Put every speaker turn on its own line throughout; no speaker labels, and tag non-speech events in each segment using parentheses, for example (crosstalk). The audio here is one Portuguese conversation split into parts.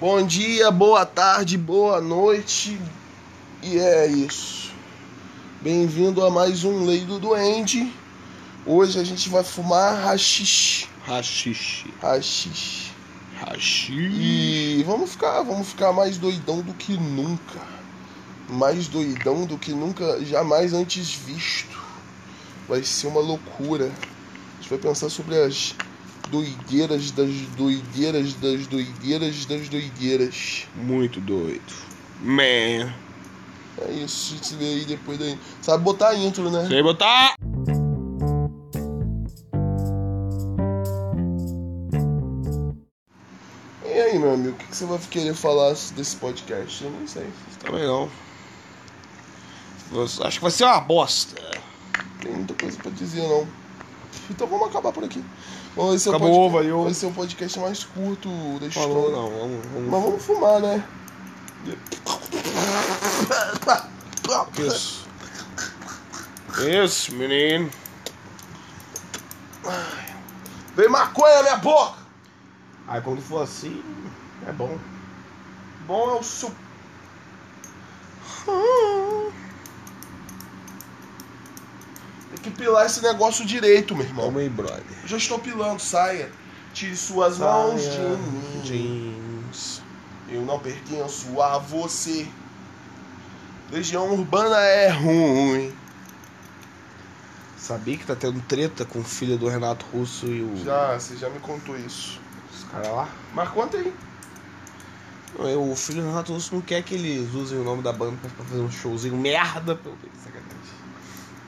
Bom dia, boa tarde, boa noite. E é isso. Bem-vindo a mais um Lei do Duende. Hoje a gente vai fumar hashish.
Hashish.
Hashish.
Hashish.
E vamos ficar, vamos ficar mais doidão do que nunca. Mais doidão do que nunca jamais antes visto. Vai ser uma loucura. A gente vai pensar sobre as doideiras das doideiras das doideiras das doideiras.
Muito doido. Man.
É isso, a gente vê aí depois daí. Sabe botar a intro, né?
Sem botar.
E aí, meu amigo, o que que você vai querer falar desse podcast? Eu nem sei.
Também não. Você- Acho que vai ser uma bosta.
Tem muita coisa pra dizer, não. Então vamos acabar por aqui. Bom, esse é o
Acabou,
podcast,
valeu.
Vai ser o podcast mais curto da história.
Falou não, vamos.
Mas
vamos.
vamos fumar, né?
Isso. Isso, menino.
Vem maconha na minha boca!
Aí quando for assim, é bom.
Bom é o seu. Tem que pilar esse negócio direito, meu irmão.
Homem brother.
Eu Já estou pilando, saia. Tire suas mãos de mim.
jeans.
Eu não pertenço a você. Legião Urbana é ruim.
Sabia que tá tendo treta com o filho do Renato Russo e o.
Já, você já me contou isso.
Os caras lá?
Mas conta aí.
O filho do Renato Russo não quer que eles usem o nome da banda pra pra fazer um showzinho merda. Pelo que sacanagem.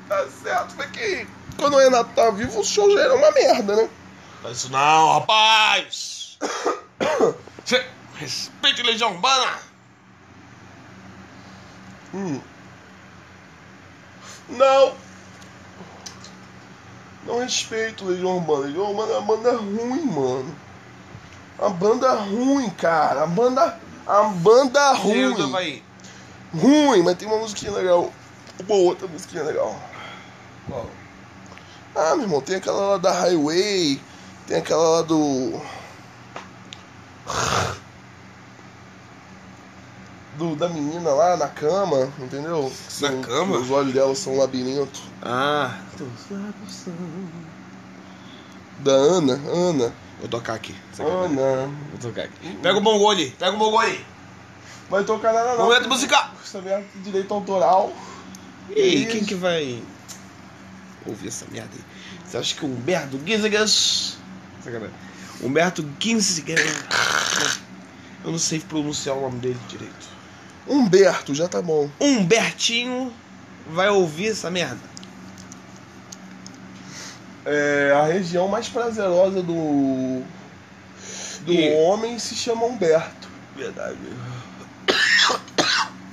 Tá certo, foi que quando o Renato tá vivo, o show já era uma merda, né?
Faz isso não, rapaz! Cê- Respeite Legião Urbana!
Hum. Não! Não respeito Legião Urbana. Legião Urbana é uma banda ruim, mano. A banda é ruim, cara. A banda. A banda é ruim.
Deus, Havaí.
ruim, mas tem uma musiquinha legal. Uma outra musiquinha legal.
Qual?
Ah, meu irmão, tem aquela lá da Highway, tem aquela lá do. do da menina lá na cama, entendeu?
Na
Que o-
cama?
que Os olhos dela são um labirinto.
Ah,
Da Ana, Ana,
vou tocar aqui. sacanagem.
Ana.
Vou tocar aqui. Pega o Mongoli, pega o Mongoli.
Vai tocar nada não.
Momento musical.
Isso é merda de direito autoral.
Ei,
Isso.
quem que vai ouvir essa merda aí? Você acha que o Humberto Ginzigas. Sacanagem. Humberto Ginzigas. Eu não sei pronunciar o nome dele direito.
Humberto, já tá bom.
Humbertinho vai ouvir essa merda.
É, a região mais prazerosa do. do
E-
homem se chama Humberto.
Verdade.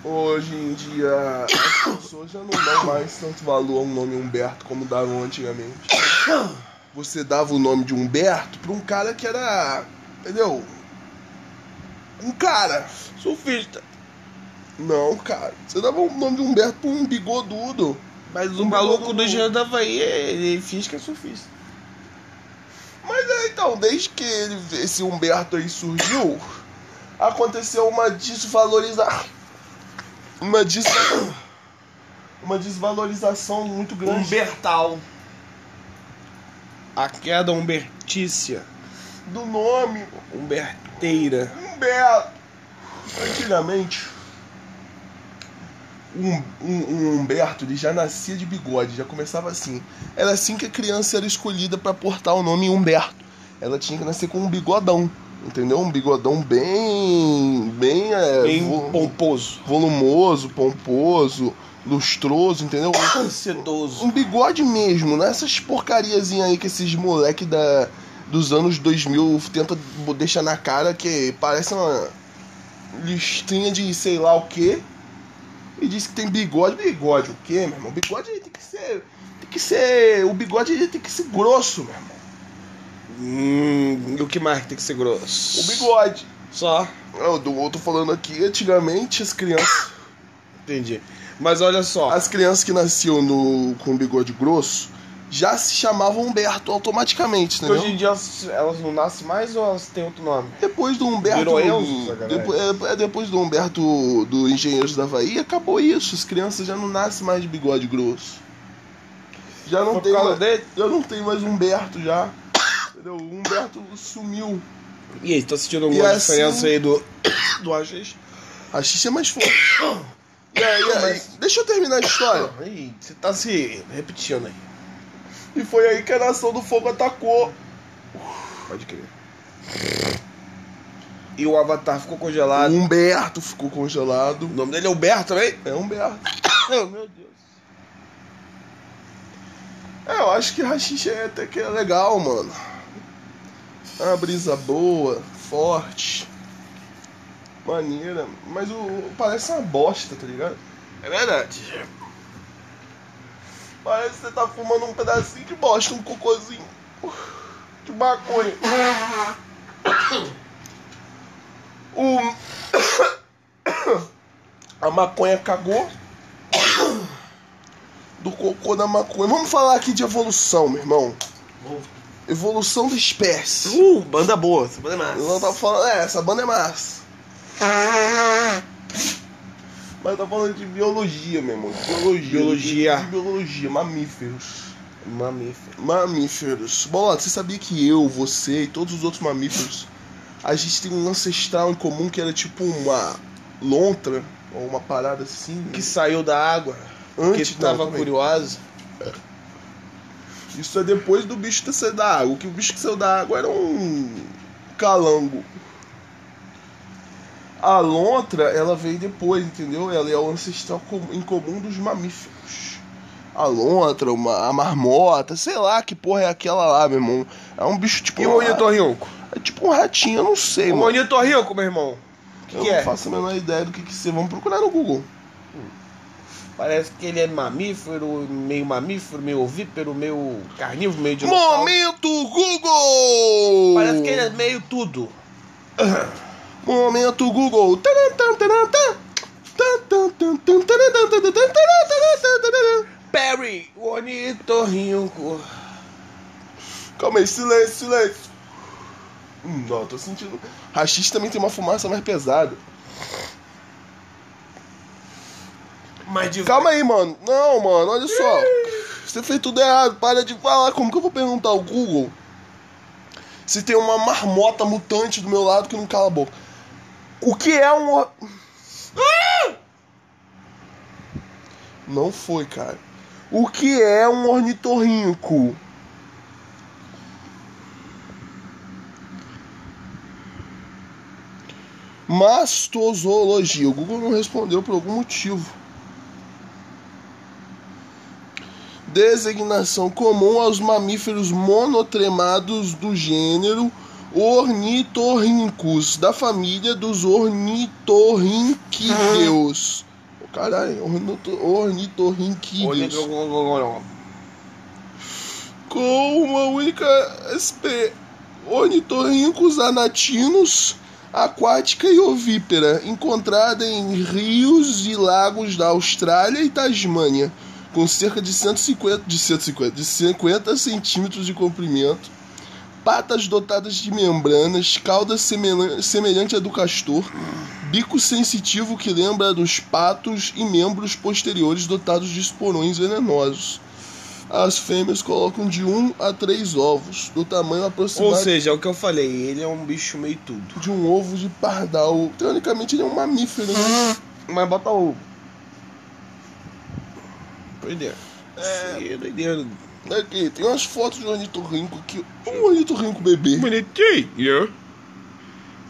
Hoje em dia as pessoas já não dão mais tanto valor ao nome Humberto como davam antigamente. Você dava o nome de Humberto pra um cara que era. Entendeu? Um cara.
Surfista.
Não, cara. Você dava o nome de Humberto pra um bigodudo.
Mas o
Um
maluco
maluco
do
do-
engenheiro da Havaí, ele finge que é surfista.
Mas é, então, desde que ele- esse Humberto aí surgiu, aconteceu uma desvalorizar. Uma des... Uma desvalorização muito grande.
Humbertal. A queda humbertícia.
Do nome.
Humberteira.
Humberto. Antigamente, um, um, um Humberto ele já nascia de bigode, já começava assim. Era assim que a criança era escolhida pra portar o nome Humberto. Ela tinha que nascer com um bigodão, entendeu? Um bigodão bem. bem. é,
Bem
vo-
pomposo.
volumoso, pomposo, lustroso, entendeu?
Sedoso.
Um bigode mesmo, não é essas porcariazinhas aí que esses moleque da, dos anos 2000 tenta bo- deixar na cara que parece uma listrinha de sei lá o que e diz que tem bigode. Bigode o quê, meu irmão? Bigode ele tem que ser. Tem que ser. O bigode ele tem que ser grosso, meu irmão.
Hum, e o que mais que tem que ser grosso?
O bigode.
Só.
Eu, do- eu tô falando aqui, antigamente as crianças.
Entendi. Mas olha só.
As crianças que nasciam no, com bigode grosso, já se chamava Humberto automaticamente, entendeu?
Hoje em dia elas, elas não nascem mais ou elas têm outro nome?
Depois do Humberto.
Virou Enzo, sacanagem.
depo- é, é depois do Humberto do Engenheiros da Havaí, acabou isso. As crianças já não nascem mais de bigode grosso. Já não
Foi por
tem
causa
mais,
dele?
Já não tem mais Humberto já. Entendeu? O Humberto sumiu.
E aí, tá sentindo
alguma
alguma
diferença
diferença aí do, do Axis?
A Xixi é mais forte. E aí, e aí, deixa eu terminar a história.
Ih, você tá se repetindo aí.
E foi aí que a Nação do Fogo atacou.
Pode crer. E o Avatar ficou
O
congelado.
Humberto ficou
O
congelado.
nome dele é Humberto também?
É Humberto.
Meu Deus.
É, eu acho que rachixe é até que é legal, mano. É uma brisa boa, forte, maneira, mas o, o- parece uma bosta, tá ligado?
É verdade.
Parece que você tá fumando um pedacinho de bosta, um cocôzinho de maconha. O... (coughs) A maconha cagou do cocô da maconha. Vamos falar aqui de evolução, meu irmão. Evolução da espécie.
Uh, banda boa, essa banda é massa.
Ela tá falando, é, essa banda é massa.
Ah.
Mas tá falando de biologia, meu irmão. de Biologia.
Biologia.
De, de biologia, mamíferos.
Mamífero.
Mamíferos. Bola, você sabia que eu, você e todos os outros mamíferos, a gente tem um ancestral em comum que era tipo uma lontra, ou uma parada assim.
Que saiu da água,
antes
que tava
também.
curiosa.
Isso é depois do bicho ter saído da água. Que o bicho que saiu da água era um calango. A lontra, ela veio depois, entendeu? Ela é o ancestral com- em comum dos mamíferos. A lontra, uma, a marmota, sei lá que porra é aquela lá, meu irmão. É um bicho tipo.
E o
um ra-
Onitorrinco?
É tipo um ratinho, eu não sei,
O
mano.
Onitorrinco, meu irmão. O que,
eu
que
não
é?
faço a menor ideia do que que ser. Vamos procurar no Google.
Parece que ele é mamífero, meio mamífero, meio ovípero, meio carnívoro, meio dinossauro.
Momento Google!
Parece que ele é meio tudo.
Um Momento Google.
Perry, o Onitorrinco.
Calma aí, silêncio, silêncio. Hum, Não, tô sentindo. Rachis também tem uma fumaça mais pesada.
Mas de
Calma aí, mano. Não, mano, olha só. Você fez tudo errado, para de falar. Como que eu vou perguntar ao Google se tem uma marmota mutante do meu lado que não cala a boca? O que é um. o- Ah! Não foi, cara. O que é um ornitorrinco? Mastozoologia. O Google não respondeu por algum motivo. Designação comum aos mamíferos monotremados do gênero Ornitorrincus, da família dos ornitorrinquídeos. Ô, Caralho, ornito- ornitorrinquídeos. Com uma única espécie, ornitorrincos anatinos, aquática e ovípera, encontrada em rios e lagos da Austrália e Tasmânia, com cerca de 150, de 150, de 50 centímetros de comprimento, patas dotadas de membranas, cauda semelhan- semelhante à do castor, bico sensitivo que lembra a dos patos e membros posteriores dotados de esporões venenosos. As fêmeas colocam de 1 a 3 ovos, do tamanho
Ou
aproximado
seja, é o que eu falei, ele é um bicho meio tudo.
de um ovo de pardal. Teoricamente ele é um mamífero, né?
Mas bota o. Doideira. É, Sim, doideira.
Aqui, tem umas fotos de um ornitorrinco aqui. Um ornitorrinco bebê.
Bonitinho.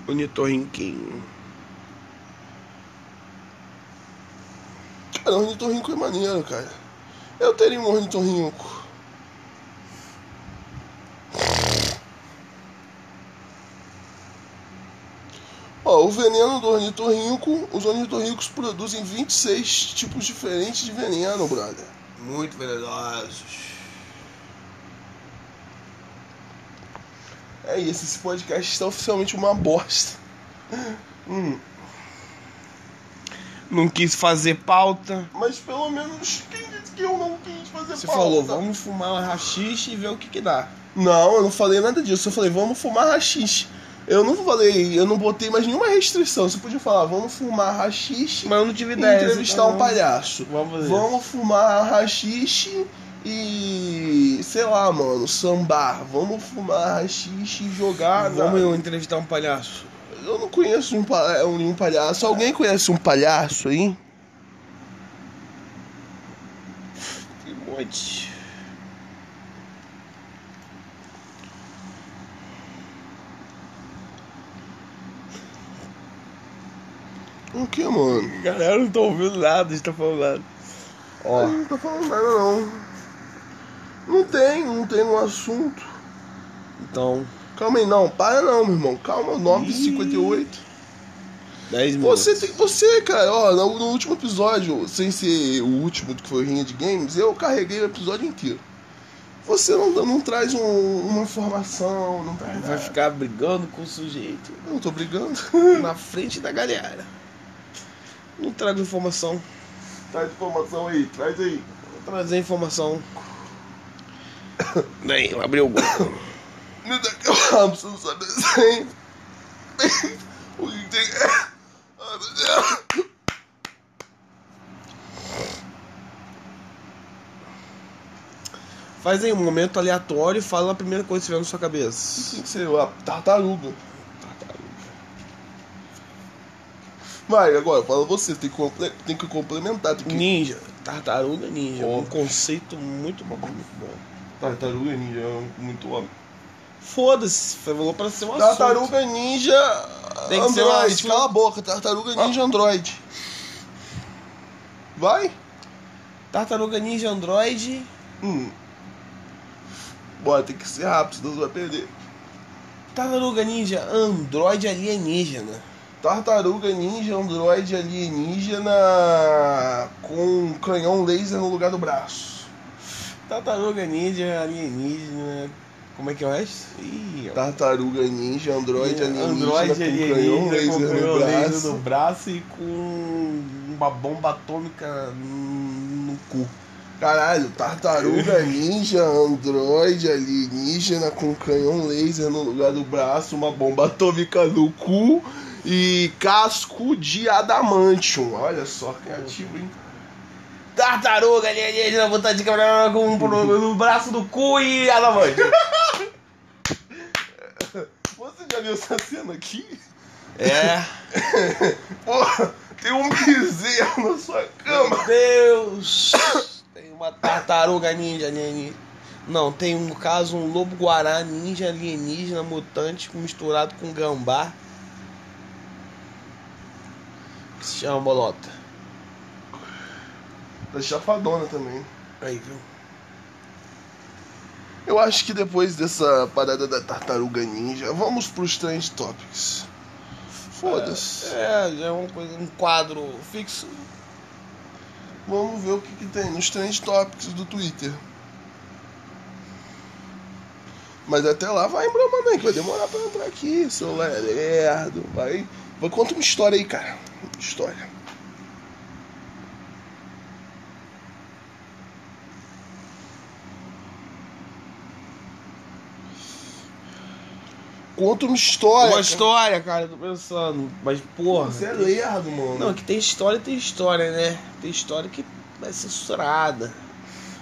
Bonitorrinquinho.
Cara, ornitorrinco é maneiro, cara. Eu teria um ornitorrinco. Ó, o veneno do ornitorrinco, os ornitorrincos produzem 26 tipos diferentes de veneno, brother.
Muito venenosos.
É isso, esse podcast está oficialmente uma bosta. Hum,
não quis fazer pauta.
Mas pelo menos quem disse que eu não quis fazer
Você
pauta?
falou, vamos fumar um rachixe e ver o que que dá.
Não, eu não falei nada disso. Eu falei, vamos fumar rachixe. Eu não falei, eu não botei mais nenhuma restrição. Você podia falar, vamos fumar rachixe
Mas eu não tive
e
ideia.
entrevistar
então
um palhaço.
Vamos fazer.
Vamos fumar rachixe e. sei lá, mano, sambar. Vamos fumar rachixe e jogar. na-
Vamos eu entrevistar um palhaço.
Eu não conheço um pa- um- nenhum palhaço. Alguém conhece um palhaço aí?
Tem um monte.
O que, mano?
Galera, não tô ouvindo nada, a gente tá falando nada. Ó,
Eu Não tô falando nada, não. Não tem, não tem um assunto.
então,
Calma aí, não. Para não, meu irmão. Calma, 9h58.
10 minutos.
Você tem você, cara, ó, no, no último episódio, sem ser o último que foi Rinha de Games, eu carreguei o episódio inteiro. Você não, não traz um- uma informação, não traz
Vai
nada.
ficar brigando com o sujeito
Eu não tô (laughs) brigando.
na frente da galera. Não trago informação.
traz informação aí, traz aí.
Vou trazer informação. (coughs) Bem, eu abri o (coughs) gol.
Me dá que eu amo, você não sabe desenho. (laughs) o que tem. Ah, meu Deus.
Faz aí um momento aleatório e fala a primeira coisa que tiver na sua cabeça.
Sei lá, tartaruga. Vai, agora, fala você, tem que, comple- tem que complementar. Tem que...
Ninja. Tartaruga ninja.
Ó.
Um conceito muito bom. Muito bom.
Tartaruga ninja é um- muito homem.
Foda-se. Falou pra ser um assunto.
Tartaruga Ninja
Tem que ser um
Android.
assunto.
Cala a boca, Tartaruga Ninja Android. Vai?
Tartaruga ninja android.
Hum. Bora, tem que ser rápido, senão você vai perder.
Tartaruga ninja android alienígena.
Tartaruga Ninja Android alienígena com canhão laser no lugar do braço.
Tartaruga ninja alienígena. Como é que é o resto? Ih, ó.
Tartaruga Ninja Android alienígena,
É, Android
com
alienígena
canhão laser
com
no
canhão
braço.
laser no braço e com uma bomba atômica no no cu.
Caralho,
(laughs)
tartaruga ninja, androide alienígena com canhão laser no lugar do braço, uma bomba atômica no cu e casco de adamantium. Olha só, criativo, hein?
Tartaruga alienígena, vontade de quebrar com um (laughs) pro- no braço do cu e alavante.
Você já viu essa cena aqui?
É.
Porra, tem um bezerro na sua
Meu
cama.
Deus! Tem uma tartaruga ninja alienígena. Não, tem um caso, um lobo guará ninja alienígena mutante misturado com gambá. Que se chama bolota.
Da chafadona Tá também.
Aí, viu?
Eu acho que depois dessa parada da tartaruga ninja, vamos pros trend topics. Foda-se.
É, já é uma coisa, um quadro fixo.
Vamos ver o que, que tem nos trend topics do Twitter. Mas até lá vai embramando aí, que vai demorar pra entrar aqui, seu lerdo. Vai. vai conta uma história aí, cara. Uma história. Conta uma história.
Uma
cara.
história, cara, eu tô pensando. Mas, porra.
Você é lerdo, mano.
Não, que tem história, tem história, né? Tem história que vai ser censurada.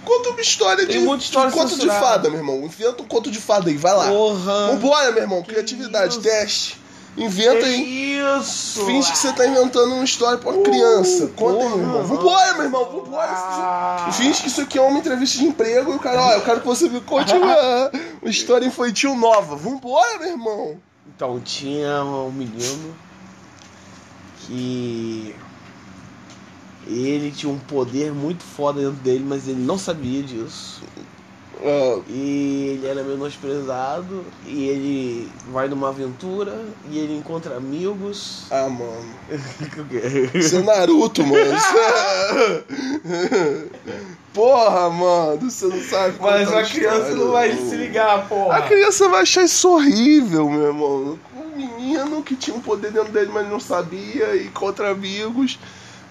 Conta uma história
Tem
de,
muita história
de conto
censurada.
de fada, meu irmão. Inventa um conto de fada aí, vai lá. Um
Porra.
Vambora, meu irmão.
Que
Criatividade,
isso.
teste.
Que
Inventa aí.
Isso!
Finge que você tá inventando uma história pra uma criança. Conta aí,
porra.
meu irmão. Vambora, meu irmão. Vambora.
Ah.
Finge que isso aqui é uma entrevista de emprego e o cara, ó, eu quero que você me conte
(laughs)
uma, uma história infantil nova. Vambora, meu irmão.
Então, tinha um menino que. Ele tinha um poder muito foda dentro dele, mas ele não sabia disso.
Ah,
E ele era menosprezado. E ele vai numa aventura e ele encontra amigos.
ah, mano. Isso é Naruto, mano. Isso é... Porra, mano. Você não sabe
(laughs) Mas
contar
a criança
história,
não vai
mano.
se ligar, porra.
A criança vai achar isso horrível, meu irmão. Um menino que tinha um poder dentro dele, mas não sabia, e contra amigos.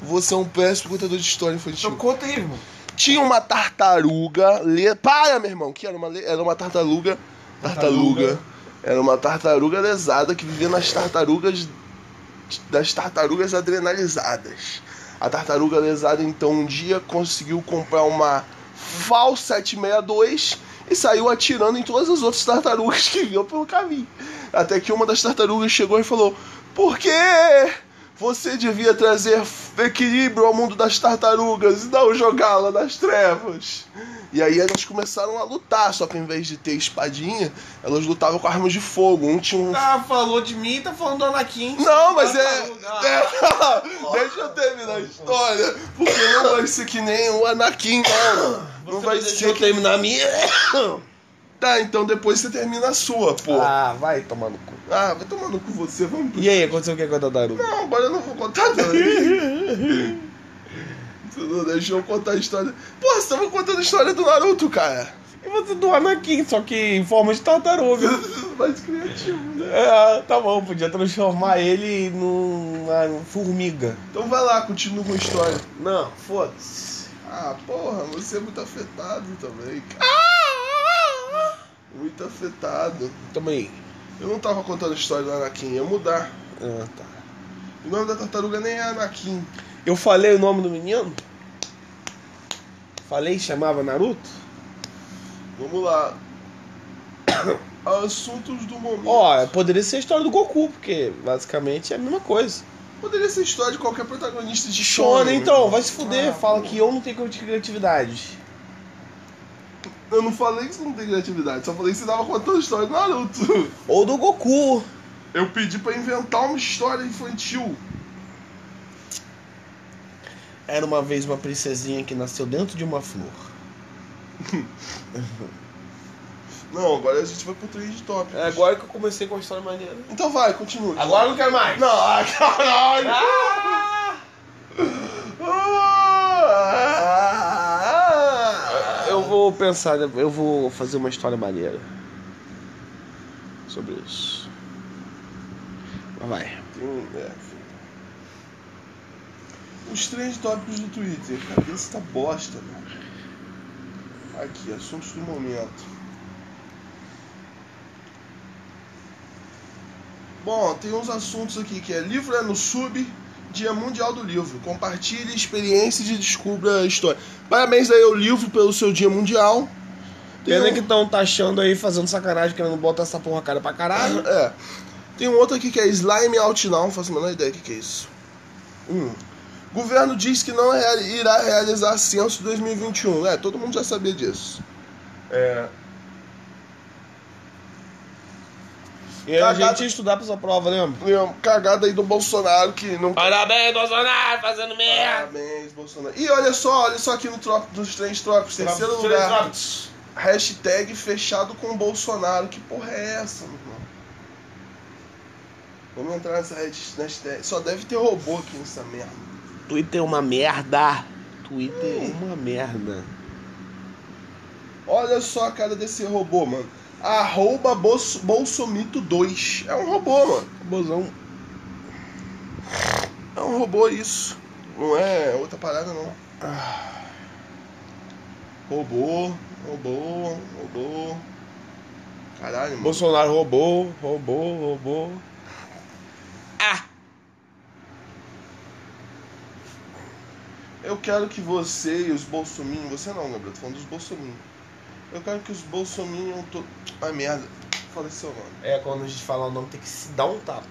Você é um péssimo contador de história
Então
infantil.
conta aí, irmão.
Tinha uma tartaruga. Le... Para, meu irmão, que era uma, le- era uma tartaruga. Tartaruga.
Tartaruga.
Era uma tartaruga lesada que vivia nas tartarugas. das tartarugas adrenalizadas. A tartaruga lesada, então, um dia conseguiu comprar uma FAL 762 e saiu atirando em todas as outras tartarugas que viu pelo caminho. Até que uma das tartarugas chegou e falou: Por que Você devia trazer f- equilíbrio ao mundo das tartarugas e não jogá-la nas trevas. E aí elas começaram a lutar, só que em vez de ter espadinha, elas lutavam com armas de fogo. Um tinha um
Ah, falou de mim, tá falando do Anakin.
não, mas é.
Tartaruga.
é- (laughs) deixa eu terminar a história. Porque não vai ser que nem o Anakin, não. Não
Você
vai
me
ser
deixou
que.
terminar a
(laughs)
minha.
Tá, então depois você termina a sua, pô. Ah,
Ah, vai tomar no cu.
vai tomando com você, vamos. pro-
E aí, aconteceu o que com a (laughs) tartaruga?
Não, agora eu não vou contar (laughs) nada. Você não deixou eu contar a história. Pô, você tava contando a história do Naruto, cara.
E você do Anakin, só que em forma de tartaruga.
(laughs) Mais criativo, né?
É, tá bom, podia transformar ele numa formiga.
Então vai lá, continua com a história.
Não, foda-se.
Ah, porra, você é muito afetado também, cara. Ah! Muito afetado.
Tamo aí.
Eu não tava contando a história do Anakin, ia mudar.
Ah, tá.
O nome da tartaruga nem é Anakin.
Eu falei o nome do menino? Falei, chamava Naruto?
Vamos lá. (coughs) Assuntos do momento.
Ó, poderia ser a história do Goku, porque basicamente é a mesma coisa.
Poderia ser história de qualquer protagonista de
Shona,
shonen.
então, vai se fuder,
Ah,
fala
pô.
que eu não tenho criatividade.
Eu não falei que você não tem criatividade, só falei que você tava contando a história do Naruto. (laughs)
Ou do Goku.
Eu pedi pra inventar uma história infantil.
Era uma vez uma princesinha que nasceu dentro de uma flor.
Não, agora a gente vai pro trade top.
É agora que eu comecei com a história maneira.
Então vai, continua.
Agora eu não quero mais.
Não, ah, (laughs) caralho!
Ah!
Ah!
Eu vou pensar, eu vou fazer uma história maneira sobre isso. Mas Vai.
Hum, é. Os três tópicos do Twitter. Cabeça tá bosta, cara. Aqui, assuntos do momento. Bom, tem uns assuntos aqui que é livro é no sub, dia mundial do livro. Compartilhe experiências e descubra a história. Parabéns aí ao livro pelo seu dia mundial. Tem
Pena
um-
que estão taxando aí, fazendo sacanagem, querendo botar essa porra cara pra caralho.
É. Tem um outro aqui que é Slime Out Now, não faço a menor ideia do que que é isso. Hum. Governo diz que não rea- irá realizar censo 2021. É, todo mundo já sabia disso. É.
E a
Cagada.
gente ia estudar pra essa prova, né, lembra?
Cagada aí do Bolsonaro que não.
Parabéns, Bolsonaro, fazendo
é. Parabéns, Bolsonaro. E olha só, olha só aqui no tro- nos trens trópicos, terceiro
Terceiro
lugar.
lugar.
Hashtag fechado com Bolsonaro. Que porra é essa, meu irmão? Vamos entrar nessa hashtag. hashtag. Só deve ter robô aqui nessa merda.
Twitter é uma merda. Twitter é uma merda.
Olha só a cara desse robô, mano. Arroba Bolso- Bolsomito 2. É um robô, mano.
Bozão.
É um robô isso. Não é outra parada, não. Ah. Robô, robô, robô. Caralho, mano.
Bolsonaro roubou, roubou, roubou. Ah!
Eu quero que você e os bolsominhos... Você não, Gabriel. Tô falando dos bolsominhos. Eu quero que os bolsominhos... To... Ai, merda. Falei seu nome.
É, quando a gente fala o nome, tem que se dar um tapa.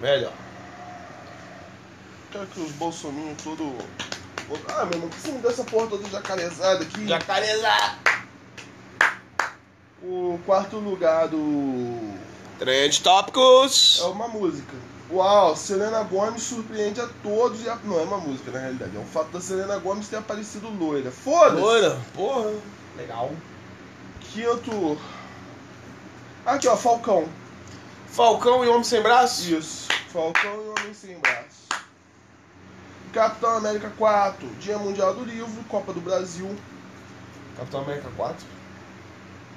Melhor.
Eu quero que os bolsominhos todo... Ah, meu irmão, por que você me deu essa porra toda jacarezada aqui?
Jacarezá!
O quarto lugar do.
Trend
É
tópicos!
uma música. Uau, Selena Gomes surpreende a todos e a... Não é uma música, na realidade. É um fato da Selena Gomes ter aparecido loira. Foda-se!
Loura, porra. Legal.
Quinto. Aqui, ó, Falcão.
Falcão e Homem Sem Braço?
Isso. Falcão e Homem Sem Braço. Capitão América 4. Dia Mundial do Livro, Copa do Brasil.
Capitão América 4?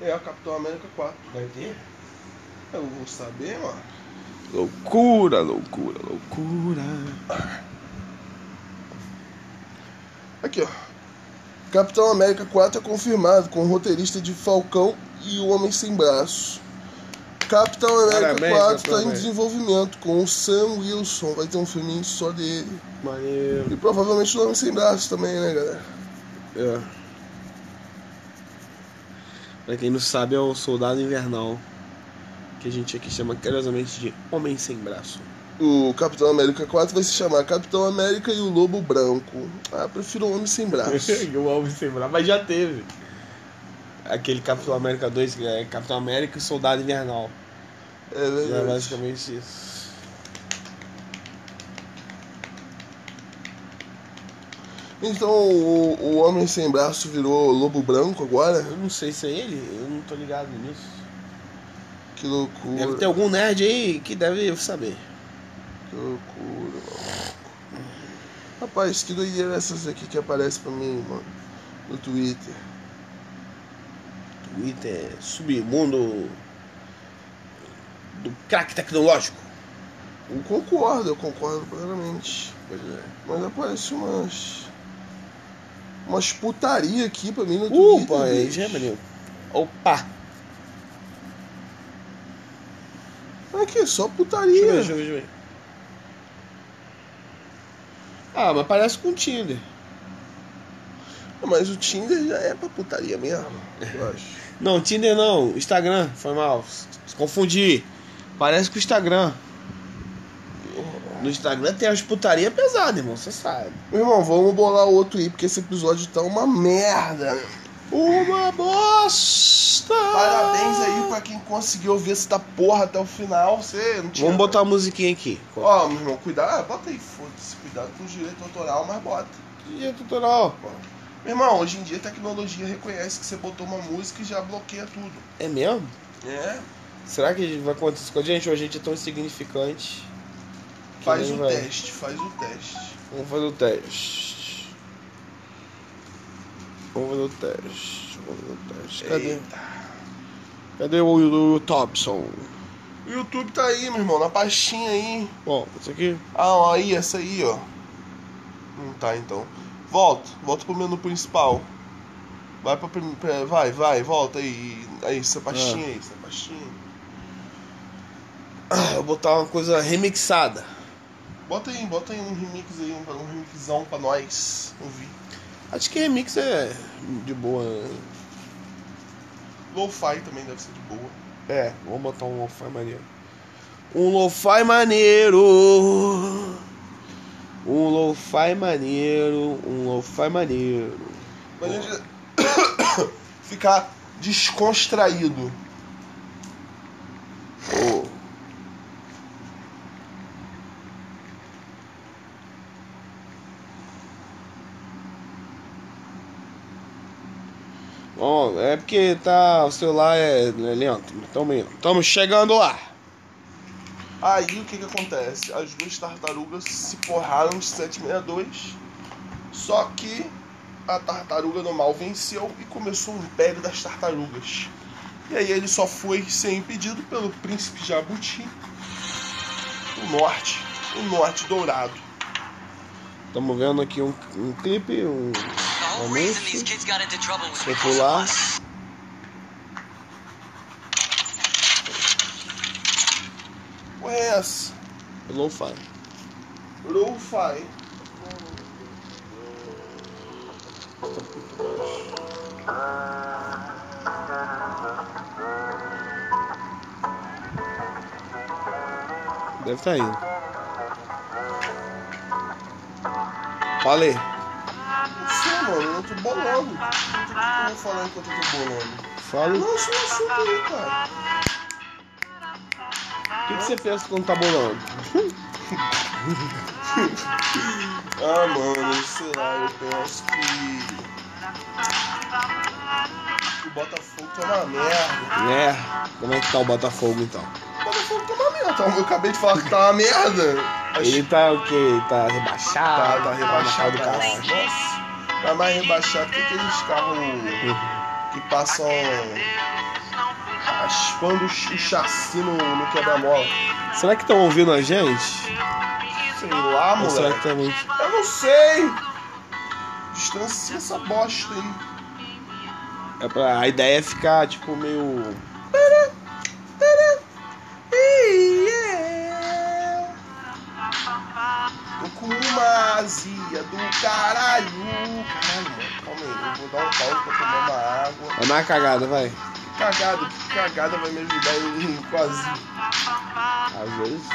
É, Capitão América 4.
Vai ter?
Eu não vou saber, mano.
Loucura, loucura, loucura.
Aqui, ó. Capitão América 4 é confirmado com o roteirista de Falcão e o Homem Sem Braço. Capitão América 4
Parabéns, Capitão
está em
América.
desenvolvimento com o Sam Wilson. Vai ter um filminho só dele.
Maneiro.
E provavelmente o Homem Sem Braço também, né, galera?
É. Pra quem não sabe, é o Soldado Invernal. Que a gente aqui chama carinhosamente de Homem Sem Braço.
O Capitão América 4 vai se chamar Capitão América e o Lobo Branco. Ah, prefiro o Homem Sem
(laughs)
Braço.
o Homem Sem Braço, mas já teve. Aquele Capitão América 2, que é Capitão América e Soldado Invernal.
É
É
verdade.
basicamente isso.
Então o, o Homem Sem Braço virou Lobo Branco agora?
Eu não sei se é ele, eu não tô ligado nisso.
Que loucura.
Deve ter algum nerd aí que deve saber.
Que loucura, mano. Rapaz, que doideira é essas aqui que aparecem pra mim, mano. No Twitter.
Twitter, submundo do crack tecnológico.
Eu concordo, eu concordo plenamente.
Pois é.
Mas aparece umas. Umas putaria aqui pra mim no Twitter.
Opa, Uh, aí
bicho.
já é maneiro. Opa!
Aqui, só
Deixa eu
putaria.
ver, deixa eu ver, deixa eu ver. Ah, mas parece com o Tinder.
Mas o Tinder já é pra putaria mesmo,
É.
eu acho.
Não, Tinder não, Instagram, foi mal. S- Confundi. Parece com o Instagram. No Instagram tem as putaria pesada, irmão, você sabe.
Meu irmão, vamos bolar outro aí, porque esse episódio tá uma merda.
Ah! Uma bosta!
Parabéns aí pra quem conseguiu ouvir essa porra até o final. Você não tinha.
Vamos botar uma musiquinha aqui.
Ó, meu irmão, cuidado. Ah, bota aí, foda-se. Cuidado com o direito autoral, mas bota.
Dia tutorial.
Bom, Meu irmão, hoje em dia a tecnologia reconhece que você botou uma música e já bloqueia tudo.
É mesmo?
É,
Será que vai acontecer isso com a gente? Ou a gente é tão insignificante? que
faz
nem
o
vai?
teste, faz o teste.
Vamos fazer o teste. Vamos fazer o teste. Vamos fazer o teste. Cadê?
Eita.
Cadê o, o, o Thompson?
O YouTube tá aí, meu irmão, na pastinha aí.
Ó, isso aqui.
Ah, ó, aí, essa aí, ó. Não tá, então. Volta, volta pro menu principal. Vai pra, prim- pra- Vai, vai, volta aí. Aí, essa pastinha aí, essa pastinha.
Ah, eu vou botar uma coisa remixada.
Bota aí, bota aí um remix aí, um, um remixão pra nós ouvir.
Acho que remix é de boa. né?
Lo-fi também deve ser de boa.
É, vamos botar um lo-fi maneiro. Um lo-fi maneiro. Um lo-fi maneiro. Um lo-fi maneiro.
Mas a gente (coughs) ficar descontraído.
Oh. Bom, é porque tá, o celular é, é lento. Estamos chegando lá.
Aí o que que acontece? As duas tartarugas se porraram de 762. Só que a tartaruga do mal venceu e começou um império das tartarugas. E aí ele só foi ser impedido pelo príncipe Jabuti. O norte. O norte dourado.
Estamos vendo aqui um, um clipe, um
The whole reason these kids got into trouble was because of
popular.
us.
Porra é essa?
Lo-fi.
Lo-fi.
Deve estar indo. Falei.
Não sei, mano. Eu tô bolando. O que que eu vou falar enquanto eu tô bolando?
Fala.
Lança um assunto aí, cara.
O que, que você pensa quando tá bolando?
Ah, mano, sei lá, eu penso que. que O Botafogo tá uma merda.
É. Como é que tá o Botafogo então?
O Botafogo tá uma merda. Eu acabei de falar que tá uma merda.
Ele tá o quê? Tá rebaixado, tá rebaixado,
cara.
cara.
Nossa, tá mais rebaixado que aqueles carros que passam raspando o ch- o chassi no, no quebra-mola.
Será que estão ouvindo a gente?
Sei lá,
Ou será
moleque.
que tá muito.
Eu não sei. Distancia essa bosta aí.
É pra, a ideia é ficar, tipo, meio.
Tô com uma azia do caralho. Caralho, mano, calma aí. Eu vou dar um pause pra tomar uma água.
É mais cagada, vai.
Que cagada, que cagada vai me ajudar em quase.
Às vezes.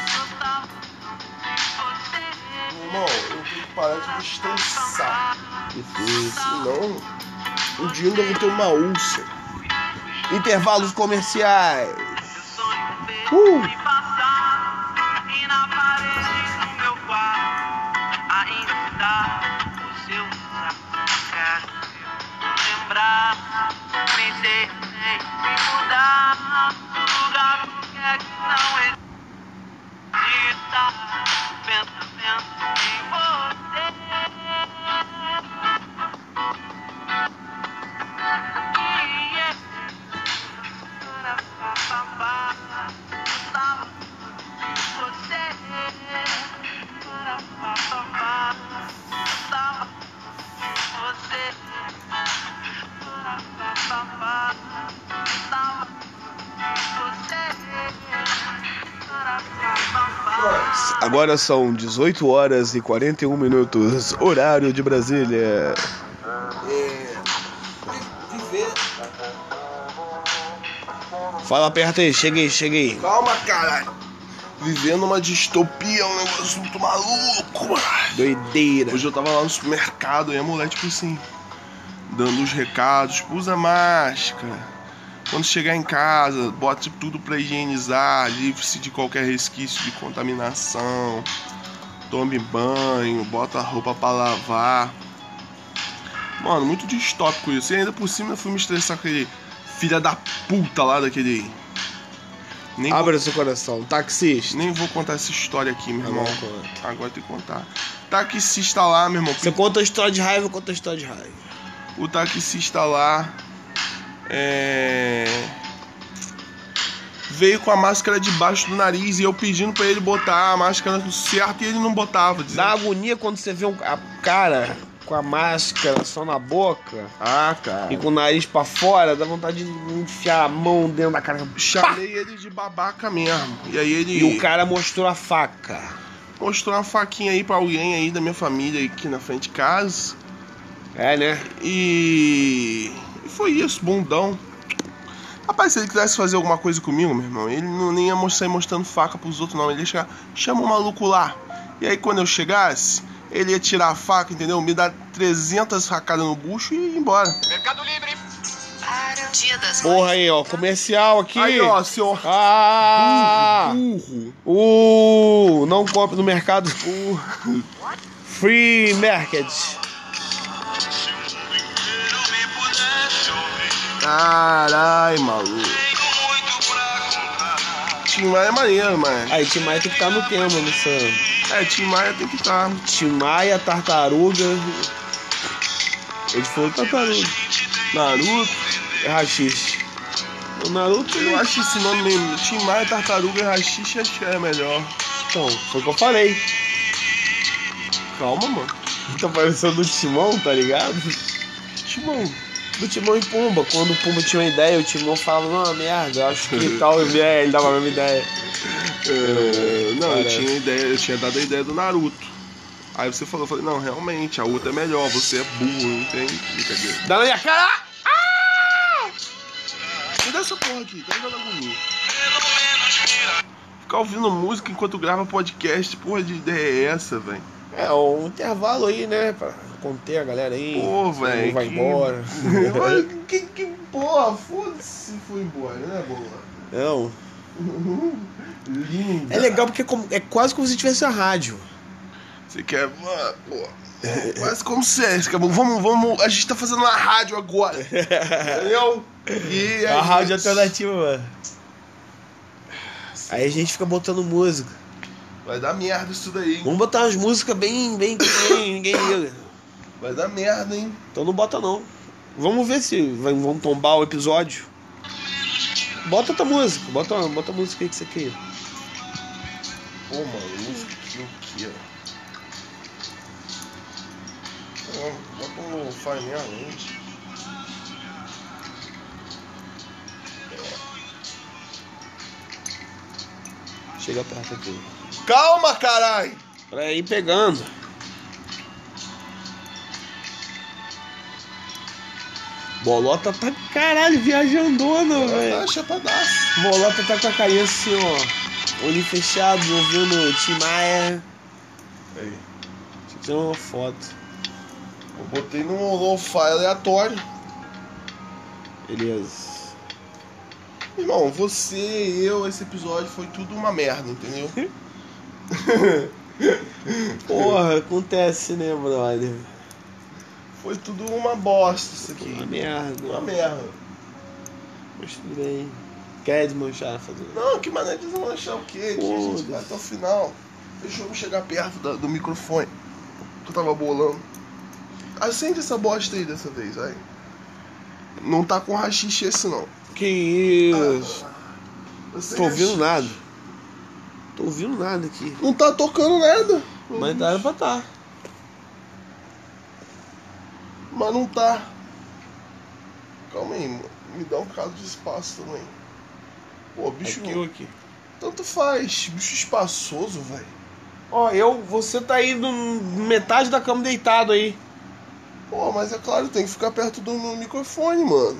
Irmão, eu tenho que parar de me estressar.
Difícil.
Senão,
Um dia ainda vou ter uma úlcera. Intervalos comerciais. Uh!
me passar e na parede do meu quarto ainda está o seu sapato. Lembrar, pensei em me mudar lugar qualquer que não exista. Pensamento em você. Yeah. Nossa.
Agora são 18 horas e 41 minutos, horário de Brasília.
é. Viver.
Fala perto aí, cheguei, cheguei.
Calma, caralho. Vivendo uma distopia, um negócio muito maluco, mano.
Doideira.
Hoje eu tava lá no supermercado e a mulher, tipo assim, dando os recados, tipo, usa máscara. Quando chegar em casa, bota tipo, tudo pra higienizar, livre-se de qualquer resquício de contaminação. Tome banho, bota a roupa pra lavar. Mano, muito distópico isso. E ainda por cima eu fui me estressar com aquele filha da puta lá daquele. Nem,
Abra seu coração, taxista.
nem vou contar essa história aqui, meu
Tá
irmão.
bom, conta.
Agora tem que contar. Taxista lá, meu irmão.
Você conta a história de raiva, eu conto a história de raiva.
O taxista lá é... veio com a máscara debaixo do nariz e eu pedindo pra ele botar a máscara certa e ele não botava. dizendo-
Dá agonia quando você vê um a cara com a máscara só na boca
Ah, cara.
e com o nariz pra fora, dá vontade de enfiar a mão dentro da cara. Pá!
Chamei ele de babaca mesmo. E aí ele
E o cara mostrou a faca.
mostrou uma faquinha aí pra alguém aí da minha família aqui na frente de casa.
É, né?
E, e foi isso, bundão. Rapaz, se ele quisesse fazer alguma coisa comigo, meu irmão, ele não nem ia mos- sair mostrando faca pros outros, não. Ele ia chegar, chama o maluco lá. E aí, quando eu chegasse, ele ia tirar a faca, entendeu? Me dar 300 facadas no bucho e ir embora.
Dia das
Porra aí, ó, comercial aqui.
Aí, ó, seu
Ah!
burro.
Uh, não compre no mercado. Uh, free Market.
Carai, maluco. Tim Maia é maneiro, mas...
Aí, Tim Maia tem que estar no tema, né? Sam?
É, Tim Maia tem que tá. estar...
Tim Maia, tartaruga. Ele falou tartaruga.
Naruto.
É rachixe. O Naruto, é
Eu acho esse nome meio... Tim Maia, Tartaruga e Rachixe, acho que é melhor.
Então, foi o que eu falei.
Calma, mano.
(laughs) Tá parecendo o Timão, tá ligado?
Timão.
Do Timão e Pumba. Quando o Pumba tinha uma ideia, o Timão falava, não, merda, eu acho que
(laughs)
tal ideia. Ele dava a mesma ideia.
É, não, eu
Parece.
tinha, ideia, eu tinha dado a ideia do Naruto. Aí você falou, eu falei, não, realmente, a outra é melhor, você é burro, não tem brincadeira.
Dá na minha cara!
Me dá essa porra aqui, tá dando agonia. Ficar ouvindo música enquanto grava podcast, porra de ideia é essa, velho?
É, um intervalo aí, né? Pra conter a galera aí.
Pô,
Todo mundo
velho,
Vai
que- (laughs)
embora.
que, que porra, foda-se, foi embora, né, boa? (laughs)
Não.
Lindo.
É legal porque é, como- é quase como se tivesse a (laughs) rádio.
Você quer. Ah, pô. Mas como se é, Escamou? Vamos, vamos. A gente tá fazendo uma rádio agora. Entendeu? E
É.
é
a
aí-
rádio alternativa, mano. Aí a gente fica botando música.
Vai dar merda isso daí, hein?
Vamos botar umas músicas bem, bem, que ninguém- ninguém liga.
Vai dar merda, hein?
Então não bota não. Vamos ver se vai- vão tombar o episódio. Bota outra música, bota, bota a música aí que você queria.
Pô, mano, música aqui, o que, ó? Bota o lo-fi mesmo, gente.
Chega perto aqui.
Calma, caralho!
Pra ir pegando. Bolota tá caralho, viajandona, velho.
Tá chapadaço.
Bolota tá com a carinha assim, ó. Olho fechado, ouvindo Tim Maia.
Aí.
Tirando uma foto.
Eu botei num lo-fi aleatório.
Beleza.
Irmão, você, eu, esse episódio foi tudo uma merda, entendeu?
(laughs) Porra, acontece, né, brother?
Foi tudo uma bosta isso aqui.
Uma merda.
Uma merda.
Mas tudo bem. Quer desmanchar, fazer.
Não, que mané de não achar o quê? Que a gente vai até o final. Deixa eu chegar perto da- do microfone. Que eu tava bolando. Acende essa bosta aí dessa vez, vai. Não tá com rachixe esse não.
Que isso?
Acende
Tô
rachixe.
ouvindo nada. Tô ouvindo nada aqui.
Não tá tocando nada.
Mas dá pra tá.
Mas não tá. Calma aí, mo- me dá um caso de espaço também. Pô, bicho,
Aqui ou aqui?
tanto faz. Bicho espaçoso, velho.
Ó, eu, você tá aí no metade da cama deitado aí.
Pô, mas é claro, tem que ficar perto do meu microfone, mano.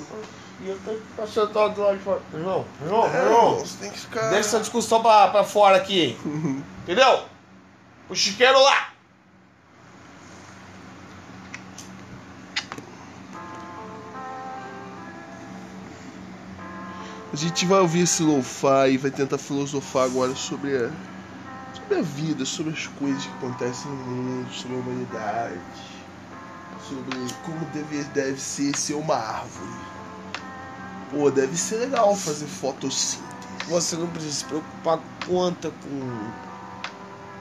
E eu tenho que ficar sentado do lado de fora. É. Irmão, irmão,
É, irmão, você tem que ficar.
Deixa essa discussão pra, pra fora aqui.
Uhum.
Entendeu? O chiqueiro lá.
A gente vai ouvir esse lo-fi e vai tentar filosofar agora sobre a, sobre a vida, sobre as coisas que acontecem no mundo, sobre a humanidade, sobre como deve, deve ser ser uma árvore. Pô, deve ser legal fazer fotossíntese.
Você não precisa se preocupar com conta, com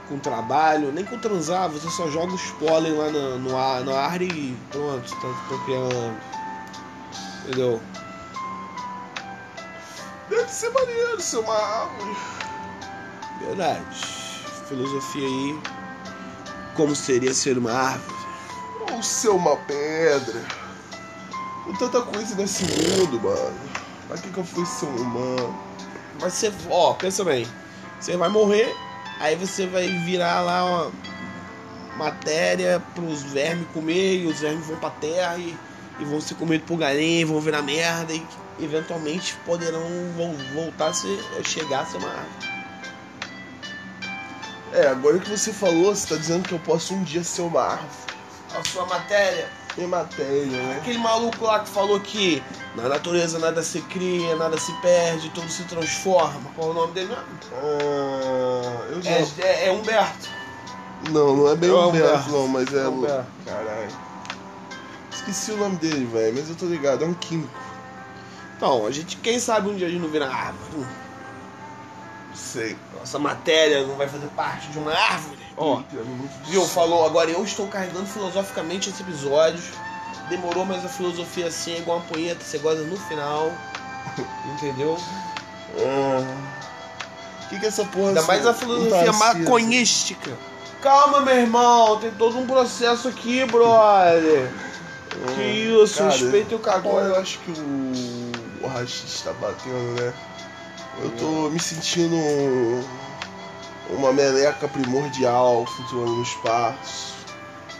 com trabalho, nem com transar, você só joga os pólen lá na, no ar, na área e pronto, tá, tá criando. Entendeu?
Deve ser maneiro ser uma árvore.
Verdade. Filosofia aí. Como seria ser uma árvore?
Ou ser uma pedra. Com tanta coisa nesse mundo, mano. Pra que, que eu fui ser um humano?
Mas você, ó, pensa bem. Você vai morrer, aí você vai virar lá uma matéria pros vermes comer, e os vermes vão pra terra e, e vão ser comidos por galinha, e vão virar merda, e eventualmente poderão vol- voltar a ser, chegar a ser uma árvore.
É, agora que você falou, você tá dizendo que eu posso um dia ser uma árvore.
A sua matéria,
Em matéria, né?
aquele maluco lá que falou que na natureza nada se cria, nada se perde, tudo se transforma. Qual é o nome dele mesmo?
Ah, eu já...
É, é, é Humberto.
Não, não é bem
É o
o Humberto,
Humberto.
não, mas é...
É o Humberto.
Caralho. Esqueci o nome dele, velho, mas eu tô ligado, é um químico.
Então, a gente, quem sabe um dia a gente não vira árvore.
Sei.
Nossa matéria não vai fazer parte de uma árvore. Ó,
Ih, é muito
Gil falou, agora eu estou carregando filosoficamente esse episódio. Demorou, mas a filosofia assim é igual uma punheta, você goza no (laughs) final. Entendeu?
Ah. Que que é essa porra...
Ainda
assim?
mais a
Um
filosofia
tarcísio.
maconhística. Calma, meu irmão, tem todo um processo aqui, (laughs) brother.
Ah,
Que isso,
cara,
respeita o
Agora eu
cagão.
acho que o... O rachis tá batendo, né? Eu tô me sentindo... Uma meleca primordial flutuando no espaço.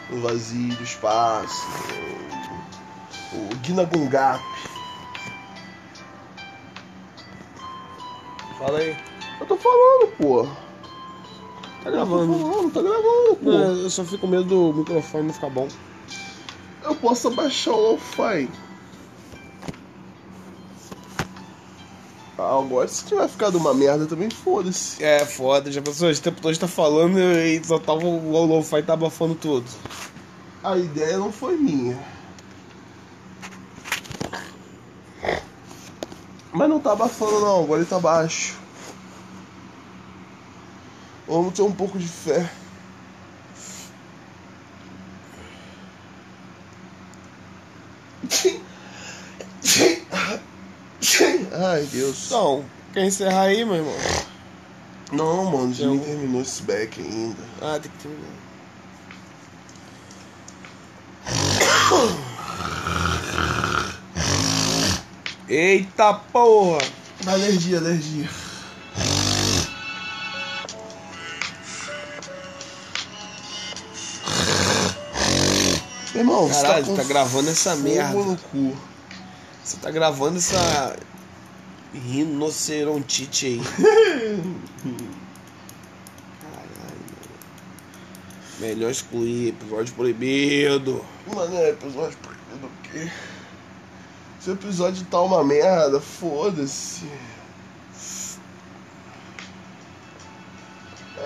No vazio do espaço. O Guinagungap.
Fala aí.
Eu tô falando, pô.
Tá
Eu tô falando, tá gravando, pô.
É, eu só fico com medo do microfone não ficar bom.
Eu posso abaixar o Wi-Fi. Ah, agora se tiver ficado uma merda também, foda-se.
É, foda, já pensou? O tempo todo tá falando e só tava o lo-fi tá abafando tudo.
A ideia não foi minha. Mas não tá abafando não, agora ele tá baixo. Vamos ter um pouco de fé. Ai, Deus.
Então, quer encerrar aí, meu irmão?
Não, mano, já
Não.
nem terminou esse back ainda.
Ah, tem que terminar. Eita porra!
Alergia, alergia. Meu irmão, você
Caralho,
tá, com
tá gravando essa
fogo
merda.
no cu.
Você tá gravando essa. Rinocerontite aí. Caralho. Melhor excluir, episódio proibido.
Mano, é episódio proibido o quê? Esse episódio tá uma merda, foda-se.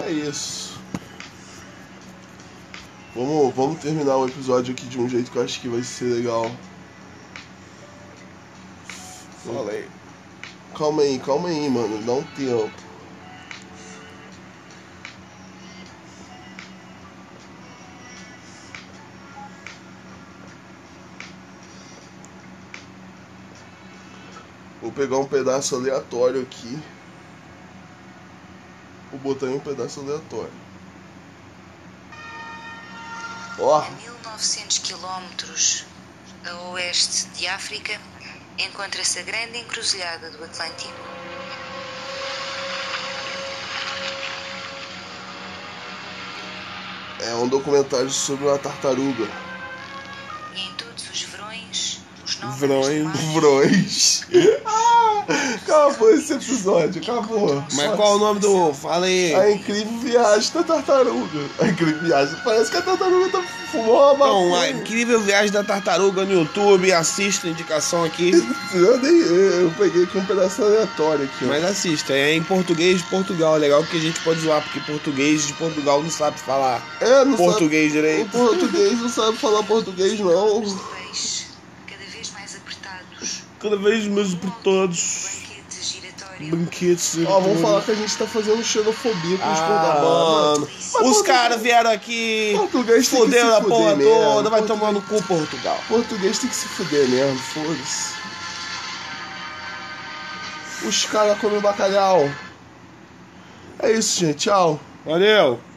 É isso. Vamos, vamos terminar o episódio aqui de um jeito que eu acho que vai ser legal.
Fala aí.
Calma aí, calma aí, mano. Dá um tempo. Vou pegar um pedaço aleatório aqui. Vou botar em um pedaço aleatório. Ó,
A 1900 quilómetros a oeste de África, encontra-se a grande encruzilhada do Atlântico.
é um documentário sobre uma tartaruga.
E em todos os verões, os novos
Verões,
Vrões. Ah, acabou esse episódio, acabou.
Mas é, qual o nome do. Fala aí.
A incrível viagem da tartaruga. A incrível viagem. Parece que a tartaruga tá fumou uma
Bom, Então, a
maconha.
incrível viagem da tartaruga no YouTube. Assista a indicação aqui.
eu, dei- eu peguei com um pedaço aleatório aqui. ó.
Mas assista, é em português de Portugal. é Legal que a gente pode zoar, porque português de Portugal não sabe falar
é, não
português
sabe. O
direito.
português não sabe falar português, não.
Os peixes, cada vez mais apertados. Um
Cada vez meus por todos.
Banquetes giratórios.
Banquetes.
Ó, vamos falar que a gente tá fazendo xenofobia com os
Hum. Ah, mano.
programas.
Os caras vieram aqui.
Português tem que se
Foderam a
fuder
porra
mesmo.
toda. Vai
Português-
tomar no cu, Portugal.
Português tem que se fuder mesmo, foda-se. Os caras comem bacalhau. É isso, gente. Tchau.
Valeu.